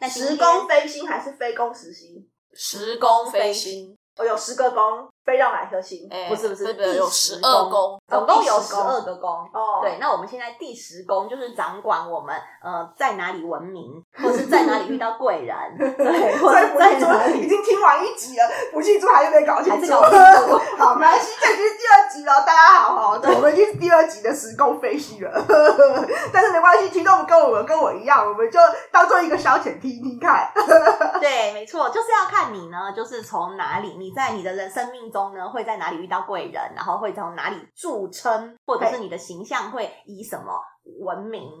那今时天工飞星还是非工时星？十宫飞星，哦，有十个宫，飞到哪一颗星？哎，不是不是不是，有第十十二宫宫，总共第十有十宫二个宫。哦，对，，那我们现在第十宫就是掌管我们呃在哪里文明，或是在哪里遇到贵人， 对，或 所者在以不记哪住已里经听完一集了，不记住还是得搞清还是楚。搞不清楚。 好，没关系，这已经是第二集了，大家好好，对，我们已经是第二集的时空飞行了， 但是没关系，听众跟我们跟我一样，我们就当做一个消遣听听看。对，没错，就是要看你呢，就是从哪里，你在你的人生命中呢，会在哪里遇到贵人，然后会从哪里著称，或者是你的形象会以什么闻名。